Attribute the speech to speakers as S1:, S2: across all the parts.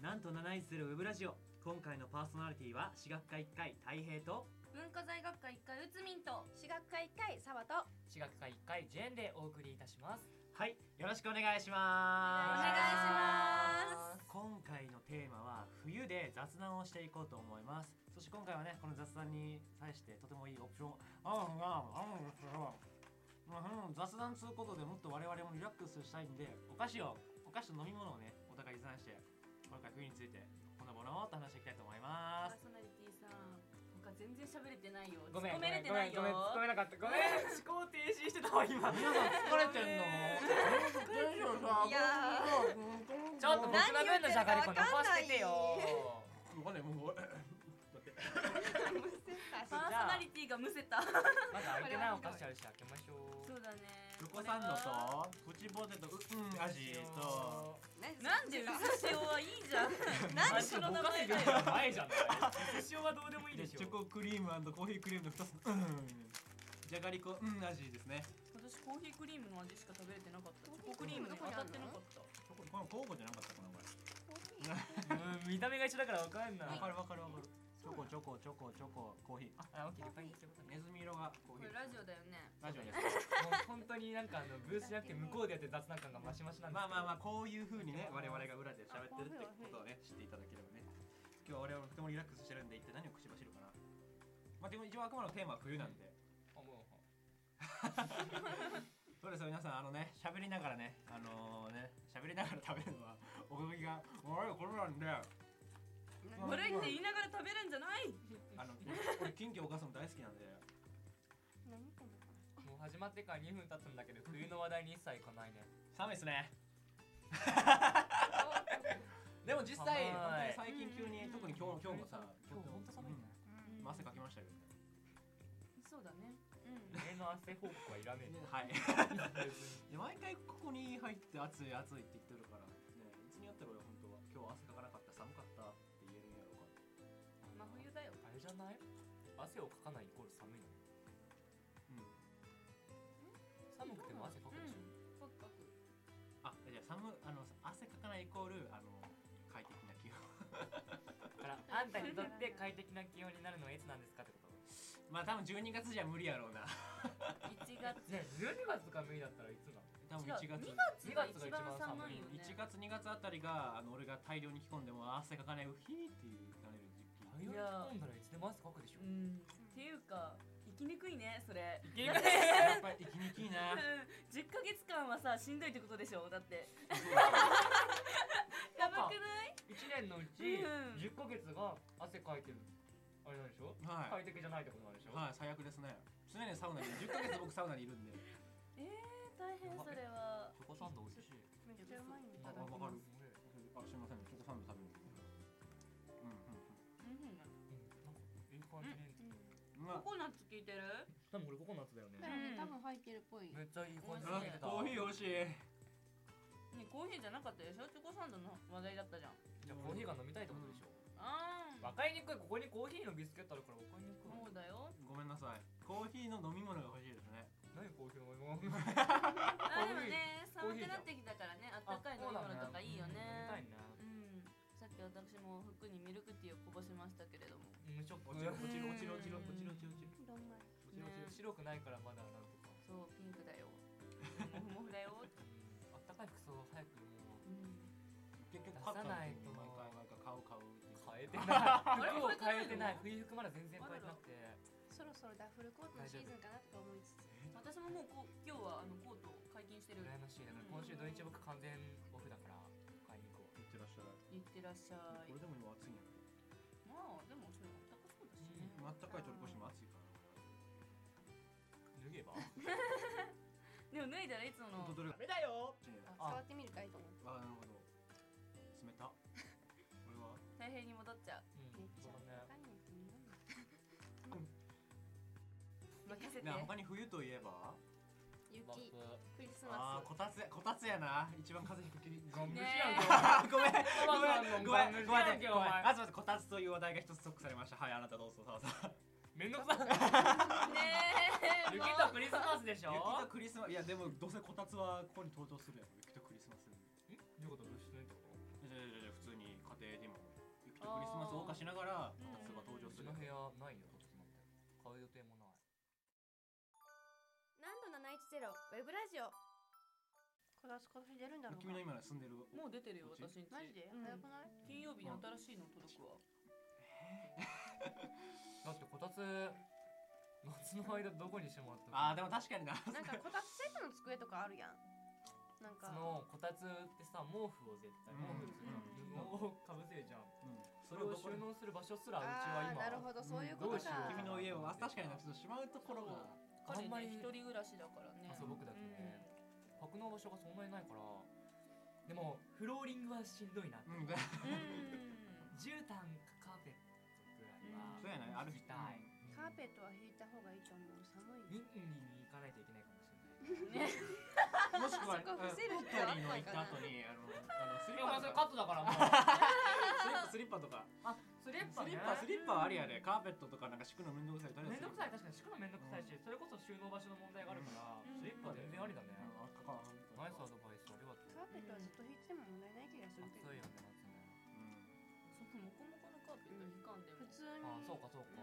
S1: なんと7位するウェブラジオ今回のパーソナリティは私学科1回たい平と
S2: 文化財学科一回うつみんと
S3: 私学科一回サバと
S4: 私学科1回ジェンでお送りいたします
S1: はいよろしくお願いします
S2: お願いします
S1: 今回のテーマは冬で雑談をしていこうと思いますそして今回はねこの雑談に対してとてもいいオプションうんうん雑談することでもっと我々もリラックスしたいんでお菓子をお菓子と飲み物をねお互い持参して今回冬についてほのぼのっと話していきたいと思い
S2: パ
S1: ます
S2: ーソナリティさん他全然喋れてないよ
S4: ごめん
S2: 突っ込め
S4: ご
S2: れ
S4: めん
S2: て
S4: ご
S2: な
S4: め
S2: い
S4: ん
S2: よ
S4: ごめんごめんなかったごめん思考停止してたわ今
S1: 皆さん疲れてんの大丈夫さ
S3: いや
S4: ちょっと僕
S3: 何
S4: の分のじゃがりこ残しててよ
S3: 何
S1: ご
S3: 言
S1: めんもう
S2: パーソナリティがむせた
S4: まだ開いてないお菓子あるし開けましょ
S2: そ
S4: う
S2: うだね
S1: チョコサンドとプチポテトうん味と
S2: なんでうつ塩はいいじゃん
S3: 何
S2: その名前だ
S4: だ
S2: よ
S4: よ前じゃない塩はどうでもいいで
S1: で
S4: し
S1: チ
S4: ょ
S1: ョコクリームコーヒークリームの2つうんじゃがりこうん味ですね
S2: 私コーヒークリームの味しか食べれてなかったチ
S3: コーヒー
S2: ョコクリームに当たってなかった
S1: チョコこの交互じゃなかったかなこれ
S4: うん見た目が一緒だからわかんな
S1: わ
S4: い
S1: かるわかるわかるチョコチョコチョコチョココーヒー
S4: あ、オッケー、パンにしてこ
S1: あ
S4: と
S1: ネ
S4: ね
S1: ズミ色がコー
S2: こ
S1: ヒ
S2: れ
S1: ー
S2: ラジオだよね
S1: ラジオです
S4: もう本当になんかあのブースじゃなくて向こうでやってる雑談感がマシマシなんです
S1: まあまあまあ
S4: あ
S1: こういう風にね我々が裏で喋ってるってことをね知っていただければね今日は我々もとてもリラックスしてるんで一体何を口走るかなまあでも一応あくまでもテーマは冬なんで
S4: もう
S1: そうですよ皆さんあのね喋りながらねあのね喋りながら食べるのは お行儀が悪いことなんでうん
S2: 悪いって言いながら食べるんじゃない
S1: あの俺近畿お母さん大好きなんで
S4: もう始まってから2分経ったんだけど冬の話題に一切来ないね
S1: 寒いですねでも実際本当
S4: 寒
S1: に最近
S4: い
S1: 急に特に今日今日もさ
S4: 今日本当寒いね
S1: うんまあ汗かきましたけどね
S2: そうだねうん
S4: 俺の汗報告はいらねえ
S1: はいで毎回ここに入って暑い暑いって言ってるからねいつにやったら俺本当は今日汗かかなかった寒かったって言えるんやろうか
S2: 真冬だよ
S4: あれじゃない汗をかかないイコール寒いの
S1: うん
S4: 寒くても汗かくでし
S2: パクパク
S1: あじゃあ寒あの汗かかないイコールあの快適な気温
S4: ょだからあんたにとって快適な気温になるのはいつなんですかってこと
S1: まあ多分12月じゃ無理やろうな
S2: 1月
S4: ね12月とか無理だったらいつなの
S1: 多分1月
S2: 違う
S4: 2
S2: 2
S4: 月
S2: 月
S4: が
S2: が
S4: 一
S2: 一
S4: 番
S2: 番
S4: 寒
S2: 寒
S4: い
S2: い
S4: よ
S2: よね
S1: 1月2月あたりがあの俺が大量に着込んでも汗かかないうひーっていうかれる時期
S4: 早い着込んだらいつでも汗かくでしょ
S2: うんっていうか生きにくいねそれ
S4: いける
S1: やっぱり生きにき いな
S2: 10ヶ月間はさしんどいってことでしょだって
S4: や
S2: や
S4: っぱ
S2: ばくない
S4: 1年のうち
S2: うん
S4: 10ヶ月が汗かいてるあれなんでしょ
S1: は
S4: 快適じゃないってことなんでし
S1: い、
S4: ょ
S1: はい、最悪ですね常にサウナに10ヶ月僕サウナにいるんで
S2: えー、大変それは
S4: チョコサンド美味しい
S3: めっちゃうまいんだ
S1: あ
S3: けど
S1: わかるあすみませんチョコサンド食べるうん
S4: いい感じで
S1: うんうんうま
S2: ココナッツ効いてる
S4: 多分これココナッツだよね
S3: だよね多分入ってるっぽい
S4: めっちゃいい感
S2: う
S4: じ
S2: ん
S4: に出
S1: い
S4: てた
S1: コーヒー美味しい
S2: ねコーヒーじゃなかったでしょチョコサンドの話題だったじゃん
S4: じゃあコーヒーが飲みたいってことでしょ
S2: あ
S4: わかりにくいここにコーヒーのビスケットあるからわかりにく
S2: ーそう
S4: い
S2: だよ
S1: ごめんなさいコーヒーの飲み物が欲しいですね
S4: 何コーヒー飲み物あ
S2: あでもね
S4: コ
S2: 寒
S4: ーヒ
S2: く
S4: ー
S2: なってきたからねあったかい飲み物とかいいよ
S4: 飲みたい
S2: ねうん
S4: ね
S2: さっき私も服にミルクティーをこぼしましたけれども
S4: うんちょっ
S1: 落
S4: と
S1: ちる落ちる落ちる落ちる落ちる落ちる落ちる
S3: どんな
S1: 落ちる落ちる
S4: 白くないからまだなんとか
S2: そうピンク だよもふもふだよ
S4: うんあったかい服装を早くも
S2: うん
S1: 結局
S4: 出さないと
S1: 毎回毎回買う買うっていう
S4: う変えて ない服を変えてない
S2: あ
S4: 冬服まだ全然変えてなくて
S3: そろそろダッフルコートのシーズンかなとか思いつつ
S2: 私ももうこう今日はあのコートを解禁してる
S4: 羨ましいだから今週土日僕完全オフだから買いに行こう
S1: 言ってらっしゃ
S2: いってらっしゃ
S1: い
S2: い
S1: これでも今暑いんやね
S2: まあでもそれあったかそうだしね
S1: あったかい取り越しも暑いから
S4: 脱げば
S2: でも脱いだらいつもの
S1: 本当どれダメだよ
S3: あ触ってみるかいと思って
S1: あなるほど冷たこれは
S2: 大変に戻っちゃう
S4: う
S3: め
S4: ん
S3: っち
S4: そ
S3: ゃ
S4: うだ
S3: わ
S4: ね
S3: かんないって
S2: 任せて
S1: な 他に冬といえば
S3: 日本
S4: 僕
S3: 雪クリス
S1: あ
S3: マ
S1: ーこたつこたつやな一番風邪ひく気
S4: ガン無視
S2: ねえ
S4: やんけ
S1: あごめん ご
S4: お前
S1: めんご
S4: ガ
S1: め
S4: ン無
S1: ん
S4: 視
S1: ごめん
S4: や
S1: ごめ
S4: ん
S1: ん
S4: けお前
S1: まずまずこたつという話題が一つトックされましたはいあなたどうぞさあさあ
S4: めんどくさ
S2: ねえ
S4: 雪
S2: もう
S4: とクリスマスでし
S1: 雪と
S4: ょ
S1: クリスマスいやでもどうせこたつはここに登場するやろ雪とクリスマスに
S4: えどういうこと物質のってこと
S1: じゃえー、じゃあ普通に家庭でも雪とクリスマスを謳歌しながら
S3: ー
S1: 部活が登場
S4: う
S1: す
S4: ち
S1: る
S4: の部屋ないよ買う予定もない
S5: 何度710ウェブラジオ
S3: こだし今年出るんだろう
S1: 君の
S3: か
S1: 今住んでる
S2: もう出てるよ
S1: うち
S2: 私んち
S3: マジで
S5: うん
S3: 早くない
S2: 金曜日に新しいの届くわ
S4: だってこたつ夏の間どこにしてもらった
S1: ああでも確かにな
S3: なんかこたつセットの机とかあるやんなんか
S4: そのこたつってさ毛布を絶対
S1: うん
S4: 毛布ってさ布をかぶせるじゃん
S1: うん
S4: そ
S1: そ
S4: れ
S1: れを
S4: を
S1: どこ
S4: 収
S1: に
S4: 納する場所すらうちは
S3: あー
S4: 今
S3: なるほどそういうこ
S4: ど
S3: と
S4: うしよ
S3: か
S4: う
S1: 君の家をあ確かになく
S4: あ
S1: すとしまうところが
S4: あ
S2: 彼
S4: んまり
S2: ね一人暮らしだからね
S4: そう僕だけね格納場所がそんなにないからでもフローリングはしんどいな
S1: うんだ
S2: うんうん
S4: 絨毯かカーペットぐらいは
S1: そうやないある
S4: 引きたい
S3: カーペッ
S4: ッ
S3: トは引いた方がいいと思う寒い
S4: トにに行かないといけないかもしれな
S2: ね
S4: い
S1: もしくは
S3: そこ伏せる
S1: うんポッ
S3: 人
S1: トリーの行った後にあのあのスリッパと
S4: カ
S1: か
S4: ットだから も
S1: スリッパとか
S4: うあスリッ
S1: ス
S4: パね
S1: リッパはスリッパはありやでカーペットとかなんか敷くの面倒くさいとりあ
S4: め
S1: え
S4: ん
S1: ず
S4: どくさい確かに敷くのめんどくさいしそれこそ収納場所の問題があるから
S2: うん
S4: スリッパ全然ありだね
S1: うんあかかうん
S4: ナイスアドバイスありがとう
S3: カーペットはずっと引いても問題ない気がするけど
S4: 暑いよね夏ね
S1: う
S2: そうモコモコのカーペット引かんでも
S3: 普通に
S4: あそうかそうか、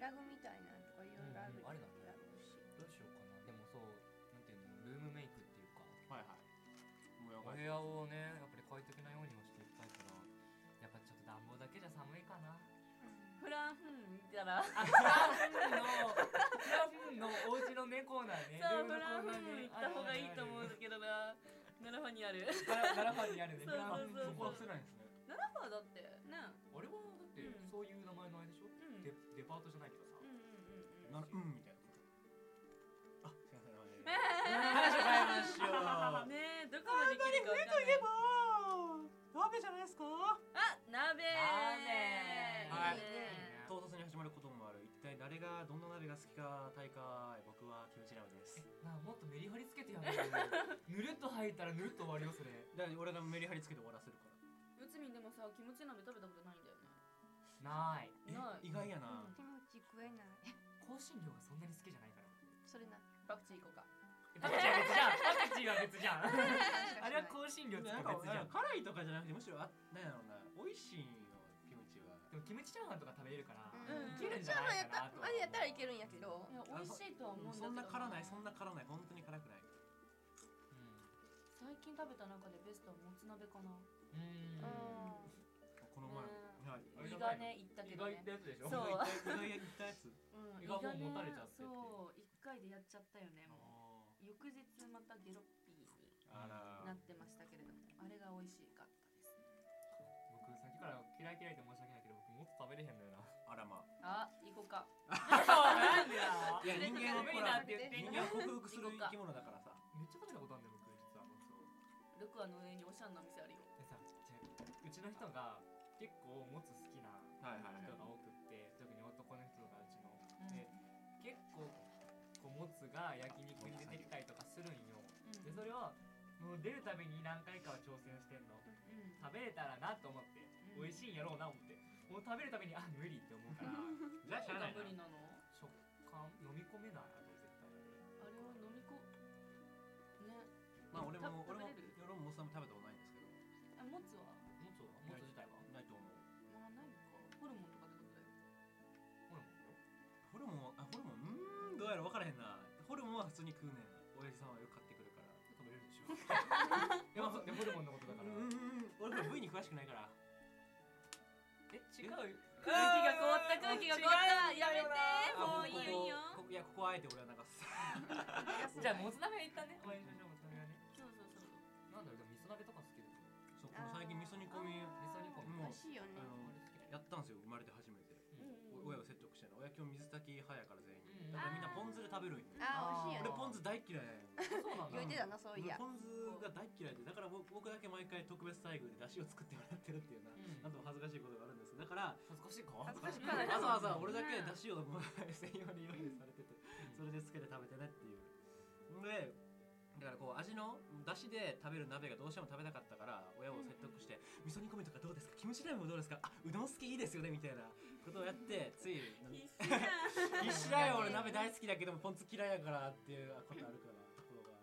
S3: ラグみたいなのとかいろいろある
S4: うんうんあるだね
S3: ラグし
S4: どうしようかなでもそうなんていうのルームメイクっていうか
S1: んはいはいもうや
S4: お
S1: ば
S4: 部
S1: い
S4: 屋をねやっぱり快適なようにはしていきたいからやっぱちょっと暖房だけじゃ寒いかな
S2: フランフンから
S4: あフランのフランのお家のねコーナーね
S2: そう
S4: ル
S2: フ
S4: ー
S2: ラン
S4: ム
S2: フ
S4: のコ
S2: ン
S4: ーナーね
S2: 行った方がいいと思うん
S4: ある
S2: だけどな奈良フにある
S4: あるあるガラガラファンにあるね
S2: そうそうそう
S4: フランフンここは
S1: ないですね
S2: 奈良フだってね
S4: あれはだって
S2: うん
S4: そういう名前のあれでしょ、
S2: うんうんうん
S4: デデパートじゃないけどさ、
S2: うん
S1: なうんみたいなあすいませんあのね話
S2: 話
S1: を変えましょう
S2: ねえどこまで来るかわかんない
S1: 鍋じゃないですか
S2: あ鍋
S1: はい
S2: いいね
S1: 唐突に始まることもある一体誰がどんな鍋が好きか大会僕はキムチ鍋です
S4: なあもっとメリハリつけてやるよぬるっと入ったらぬるっと終わりよそれ
S1: だから俺がメリハリつけて終わらせるから
S2: うつみんでもさキムチ鍋食べたことないんだよね
S4: ない
S1: え
S2: ない
S1: 意外やな、
S3: キムチ食えない
S4: 香辛料がそんなに好きじゃないから
S3: それな
S2: パクチー行こうか
S4: えパクチーは別じゃんパクチー は別じゃんあれは香辛料使
S1: なん
S4: う
S1: か
S4: 別じゃん
S1: 辛いとかじゃなくてむしろあなんやろうな美味しいのキムチは
S4: でもキムチチャーハンとか食べれるから、
S3: うん
S4: いけるんじゃないかなと
S3: マジやったらいけるんやけど
S2: いや美味しいとは思うんだけど
S1: そんな辛ないそんな辛ない本当に辛くない
S4: うん
S2: 最近食べた中でベストはもつ鍋かな
S4: うん
S3: う
S1: この前
S2: ね
S1: はいあれ
S2: 胃
S1: じゃ
S2: が
S1: ない
S2: ねいったけ
S4: 意
S2: ど
S4: 外
S2: ね
S4: ってやつでしょ
S2: そ
S1: 意
S2: う
S1: 外と意外やったやつ
S2: うん
S4: 胃がもう持たれちゃってっていう
S2: そう一回でやっちゃったよねもう翌日またゲロッピーに
S1: あ
S2: な
S1: ら
S2: ってましたけれどもあれが美味しかったですね
S4: 僕さっきから嫌い嫌いって申し訳ないけど僕もっと食べれへんのよな
S1: あらまあ
S2: あ行こうか
S4: なんでだ
S1: い や人間は
S4: 無
S1: ほ
S4: 理
S1: ら
S4: だって
S1: 人
S4: 言ってん
S1: 間
S4: の
S1: は克服する生き物だからさ
S4: めっちゃ食べたことあるんだよ僕実はそう
S2: ルクアの上におしゃんなお店あるよ
S4: でさうちの人が結構もつ好きな
S1: はいはいはい
S4: 人が多くって特に男の人がうちの、で結構こうもつが焼肉に出てきたりとかするんよでそれをもう出るために何回かは挑戦してんの
S2: うん
S4: 食べれたらなと思って、
S2: うん
S4: 美味しいんやろうな思ってもう食べるためにあ無理って思う から
S1: じゃあしゃあ
S2: 何
S1: な
S2: が
S1: い
S2: 無理
S1: な
S2: なの
S4: 食感飲み込めないあと絶
S2: あ
S4: 対
S2: れは飲みこね
S1: まあ俺も
S2: 食
S1: 俺
S2: べ
S1: も
S2: れる
S1: 俺もモス食べたことないんですけど
S2: あもつは
S4: もつはもつ自体は
S1: ないと思う
S2: まあないかホルモンとか出てくる
S4: ホルモン
S1: ホルモ
S4: よ
S1: ンはあホルモンうーんどうやら分からへんなホルモンは普通に食うねん親父さんはよく買ってくるから
S4: 食べれるでしょいやまあそうねホルモンのことだから、
S1: うーん俺これ部位に詳しくないから
S4: え違う
S2: 空気が凍った空気が凍ったやめてもういいよいいよ
S1: ここいやここはあえて俺は流す
S4: じゃあもつ鍋いったね。おいしましょうもつ鍋はね。
S2: そうそうそう
S4: なんだろうでも味噌鍋とか好きですよ。
S1: そうこの最近味噌煮込み
S4: 味噌煮込み。
S1: も
S3: 美
S1: う
S3: 味しいよね
S1: あのやったんですよ生まれて初めて
S2: うん
S1: お親を説得しての親今日水炊き派やから全員
S4: うん
S1: だからみんなポン酢で食べるんよ
S3: あー美味しい
S1: 俺
S3: よね
S1: ポン酢大嫌いなんよ
S4: そうなんだ。
S3: 言うてたなそういや
S1: ポン酢が大嫌いでだから僕僕だけ毎回特別待遇で出汁を作ってもらってるっていうななんとも恥ずかしいことがあるんですだから
S4: 恥ずかしいか。
S3: 恥ずかしく
S1: わ
S3: ない
S1: ざわざ俺だけ出汁をもう専用に用意されててそれでつけて食べてねっていう。でだからこう味の出汁で食べる鍋がどうしても食べたかったから親を説得して「味噌煮込みとかどうですかキムチ鍋もどうですかあうどん好きいいですよね」みたいなことをやってつい
S2: 必死だ
S1: 必死だよ俺鍋大好きだけどもポン酢嫌いやからっていうことあるからところが。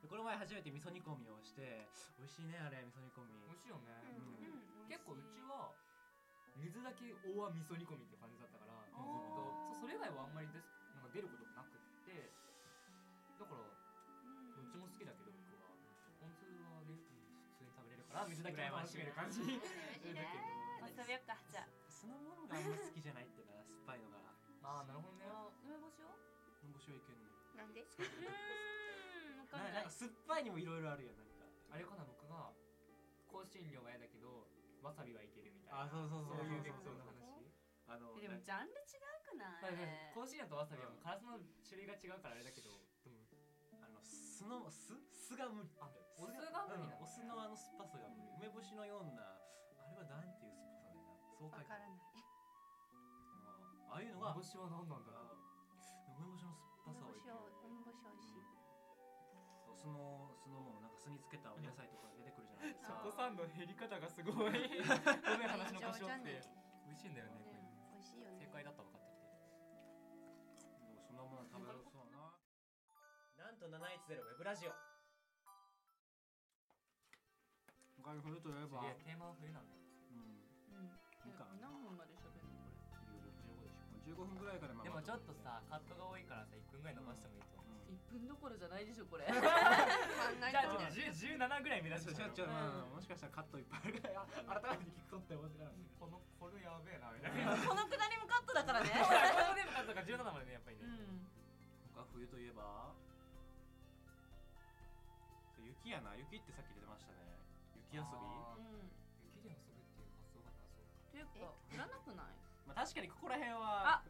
S1: でこの前初めて味噌煮込みをして美味しいねあれ味噌煮込み
S4: 美味しいよね、
S3: うんうん
S4: 結構うちは水だけ大は味噌煮込みって感じだったからずっとそうそれ以外はあんまりですなんか出ることもなくってだからどっちも好きだけど僕は本数はね普通に食べれるから水だけは楽しめる感じだけど
S2: まあ食べよっかじゃあ
S1: 酢のものがあんま好きじゃないっていうかな酸っぱいのが
S4: ああなるほどね
S2: あ梅干しを
S1: 梅干しはいけんね
S3: なん で
S2: うーんわかん
S1: な
S2: な
S1: なんか
S2: い
S1: 酸っぱいにもいろいろあるやんなんか
S4: あれかな僕が香辛料は嫌だけどわさびはいけるみたいな
S1: あそうそう
S4: そういうね
S1: そ
S4: そうの
S1: そう
S4: 話
S1: あの
S2: で
S1: な
S2: も
S1: んか
S2: ジャンル違うくな
S4: はいはい
S2: い
S4: 香辛料とわさびはもう辛さの種類が違うからあれだけどでも
S1: あの酢の酢酢が無理
S4: あお酢が無理な
S1: うんお酢のあの酸っぱさが無理梅干しのようなあれはなんていう酸っぱさだよな爽快感ああ
S3: わからない
S1: あいうのは
S4: 梅干しは何なんだろう
S1: 梅干しの酸っぱ
S3: 梅
S1: さ
S3: 干
S1: を
S3: しを梅干し美味しい
S1: そうそのそのもうなんか酢につけたお野菜とか出てくるじゃないです
S4: チ
S1: か
S4: ョコサンド減り方がすごい。ごめん話の腰折って。美味しいんだよね。
S3: ね美味しいよ
S4: これ
S3: ね
S4: 正解だったら分かってきて。
S1: もうそのまま食べられそうななんと710ウェブラジオ他に冬といえば、
S4: テーマは冬なんだよ。
S1: うん、
S2: うん
S1: みかん
S2: 何分まで喋るのこれ
S1: 15分ぐらいからまあ
S4: でもちょっとさ、カットが多いからさ、1分ぐらい伸ばしてもいいと思う。
S1: うん
S2: 1分どころじゃないでし ょこれ
S4: じゃあ、17ぐらい目指
S1: ちょ
S4: し
S1: ちょち
S4: て
S1: ょ、
S4: ょ。
S1: まあもしかしたらカットいっぱいあるからあ改めて聞くとって思ってから
S4: この、これやべえな、みたいな。
S2: このくだりもカットだからね
S4: これでもカットが17までね、やっぱり
S2: う
S4: ね。
S2: ん
S1: 他冬といえば雪やな雪ってさっき出てましたね雪遊び
S2: うん
S4: 雪で遊ぶっていう発想がな、そうか。
S2: ていうか振らなくない
S1: まあ確かにここら辺は
S2: あ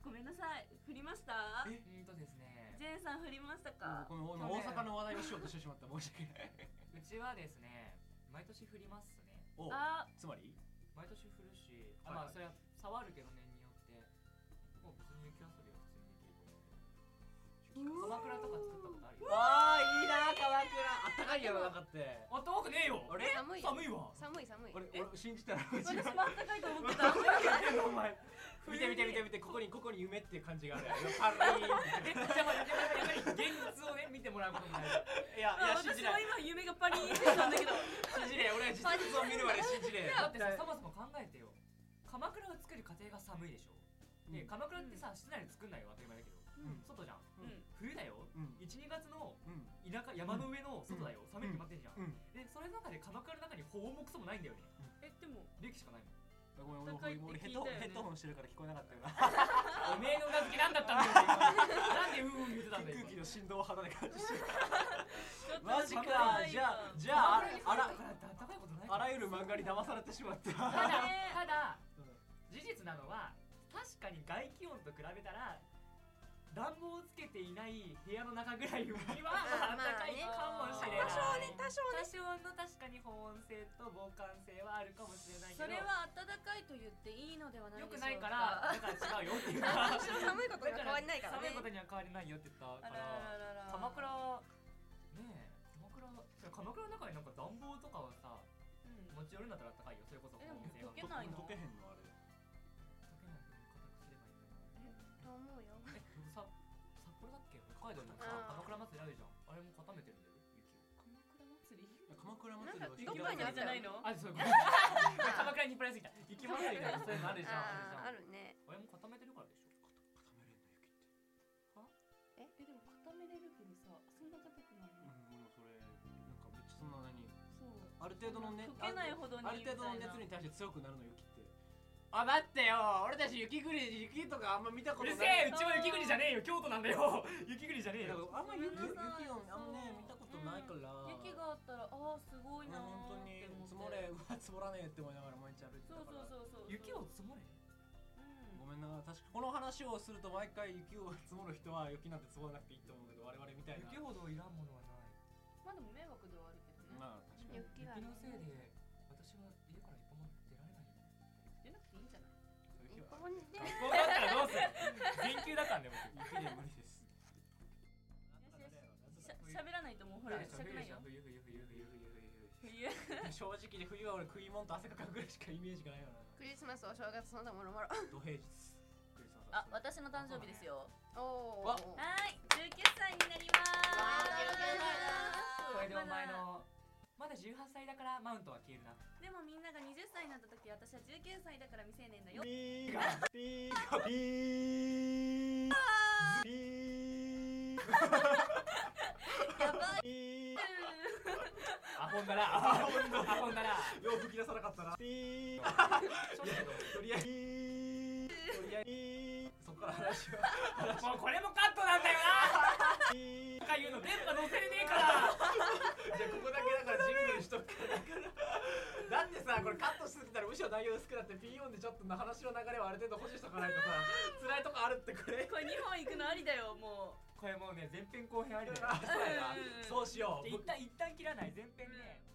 S2: ごめんなさい振りました
S1: え
S4: うんとですね
S2: ジ、ェーンさん振りました
S1: も
S2: か
S1: うこの
S4: 去
S1: 大
S4: 年
S1: 阪の話題にしようとしてしまった申し訳ないう
S4: ちはですね、毎年振りますね。
S1: お
S2: あ
S1: つまり
S4: 毎年振るし、
S1: はいはい
S4: あまあそれは差はあるけど年によってもう別に雪遊びは普通にできると思う鎌倉とか作ったことあるよ
S1: わあいいな鎌倉あったかいやろなかって
S4: あったかくねえよ
S1: あれ
S3: 寒いよ
S4: 寒いわ
S3: 寒い寒い
S1: 俺俺信じたら違
S2: 私
S1: う
S2: もあった かいと思ってた
S1: お前 見て見て見て見てここにここに夢っていう感じがあ るパラリン
S4: えじゃあまあやっぱり現実をね見てもらうことになる
S1: いやいや信
S2: 私
S1: じ
S2: は
S1: ない
S2: 今夢がパリーンってしたんだけど
S1: 信じねえ俺は実物を見るまで信じねえ
S4: だってさそもそも考えてよ鎌倉を作る過程が寒いでしょで鎌倉ってさ室内で作んないよ当たり前だけど
S1: うん
S4: 外じゃん
S2: うん
S4: 冬だよ
S1: うん
S4: 1、2月の
S1: うん
S4: 田舎山の上の外だよ寒いに決まってんじゃん
S1: うん
S4: でそれの中で鎌倉の中に保温もクソもないんだよね
S2: えでも
S4: 歴史しかないもん
S1: ごめん俺俺俺ヘッドヘッドホンしてるから聞こえなかったよな
S4: おめえの裏付けなんだったんだよ今なんでうんうん言ってたんだよ
S1: 空
S4: 今
S1: 気の振動を肌で感じてる
S2: ちょっと
S1: マジかじゃあじゃああらあら
S4: だからって暖かいことない
S1: あ
S4: から
S1: らゆる漫画に騙されてしまった
S4: ただ
S2: ね
S4: ただ
S1: うん
S4: 事実なのは確かに外気温と比べたら暖房をつけていない部屋の中ぐらいには暖かいかもしれない
S2: 多少ね
S4: 多少の確かに保温性と防寒性はあるかもしれない
S2: そ
S4: けど
S2: れは暖かいと言っていいのではない
S4: よ
S2: でしょう
S4: くないからだから違うよ っていうか
S3: 寒いことが変わりないから
S4: 寒
S3: ね
S4: いことには変わりないよって言った
S2: あ
S4: からら
S2: ららら
S4: 鎌倉ねえ鎌倉鎌倉の中になんか暖房とかはさ
S2: うん
S4: 持ち寄るんだったらあったかいよそれこそ
S2: えでも
S4: 温泉は
S2: 溶けないの
S1: 溶けへんのあれ
S4: 溶けないように固くすればいいんだな
S3: と思うよ
S4: えでもさ札幌だっけ北海道のさ
S3: あー
S4: 鎌倉祭りあるじゃんあれも固めてるんだよ雪を
S2: 鎌倉祭
S1: 鎌
S2: り
S1: 倉祭りは
S3: どっかにあるんじゃない
S2: の
S4: あそうごめん 鎌倉に引っ張りすぎた雪祭りだよそういうのあるじゃん
S3: あーあ
S4: るじゃん
S3: るね
S4: あれも固めてるからでしょ
S1: 固めれんの雪って
S2: えでも固めれるけどさそんな硬くないの
S1: うん俺もそれなんかめっちゃそんな何
S2: そう
S1: ある程度のね
S2: 溶けないほどに
S1: ある程度の
S2: みたい
S1: 熱
S2: な
S1: に対して強くなるの雪ってあ待ってよ俺たち雪国雪とかあんま見たこ
S4: う
S1: と
S4: る
S1: ない
S4: せえうちは雪国じゃねえよ京都なんだよ雪国じゃねえ
S1: だ
S4: よ
S1: からあんま雪雪
S2: ごめんなさい
S1: をあんまね見たことないから、
S2: 雪があったらああすごい
S1: ね
S2: なー
S1: 本当に
S2: って思って
S1: 積もれうわ積もらねえって思いながら毎日歩いてた
S2: そ
S1: から
S2: うそうそうそう
S4: 雪を積もれ
S2: うん
S1: ごめんな確かこの話をすると毎回雪を積もる人は雪なんて積もらなくていいと思うけど我々みたいな
S4: 雪ほどいらんものはない
S2: まあでも迷惑ではあるけどね、
S1: まあ確かに
S2: うん
S3: 雪が
S4: 雪のせいで私は家から一歩も出られないよ
S2: 出なくていいんじゃない
S1: 雪
S3: 一
S1: は
S3: 本で
S4: 学校だったらどうする全休だからね僕
S1: 雪で無理です
S2: しゃ喋らないともうほらしたくないよ
S4: 冬冬冬冬
S2: 冬
S4: 冬
S1: 正直で冬は俺食い物と汗かくぐらいしかイメージがないよな
S3: クリスマスお正月その他もろもろ
S1: 土平日クリスマス
S2: あ私の誕生日ですよ
S3: おお
S1: わ
S2: はーい19歳になりまあー
S3: 了解
S4: それでお
S2: まだ
S4: 前のまだ18歳だからマウントは消えるな
S2: でもみんなが20歳になった時私は19歳だから未成年
S6: ピ
S2: だよ
S6: ーがピーがピーピー
S2: やばい
S6: ピー
S4: アホンだなアホンだアホンだな
S1: よう吹き出さなかったな。
S6: ピー
S4: ちょっと
S1: とりあえず、
S6: ピー
S1: とりあえず、
S6: ピー
S1: そこから話は。
S4: もうこれもカットなんだよなとか言うの電波乗せれねえから
S1: じゃあここだけだからジングルしとくからだからだってさこれカットしすぎたらむしろ内容薄くなって P4 でちょっと話の流れをある程度保持しとかないとさ辛いとこあるってこれ
S2: これ2本いくのありだよもう
S4: これもうね前編後編ありだよ
S1: あそうやなそうしよう
S4: 一旦一旦切らない前編ね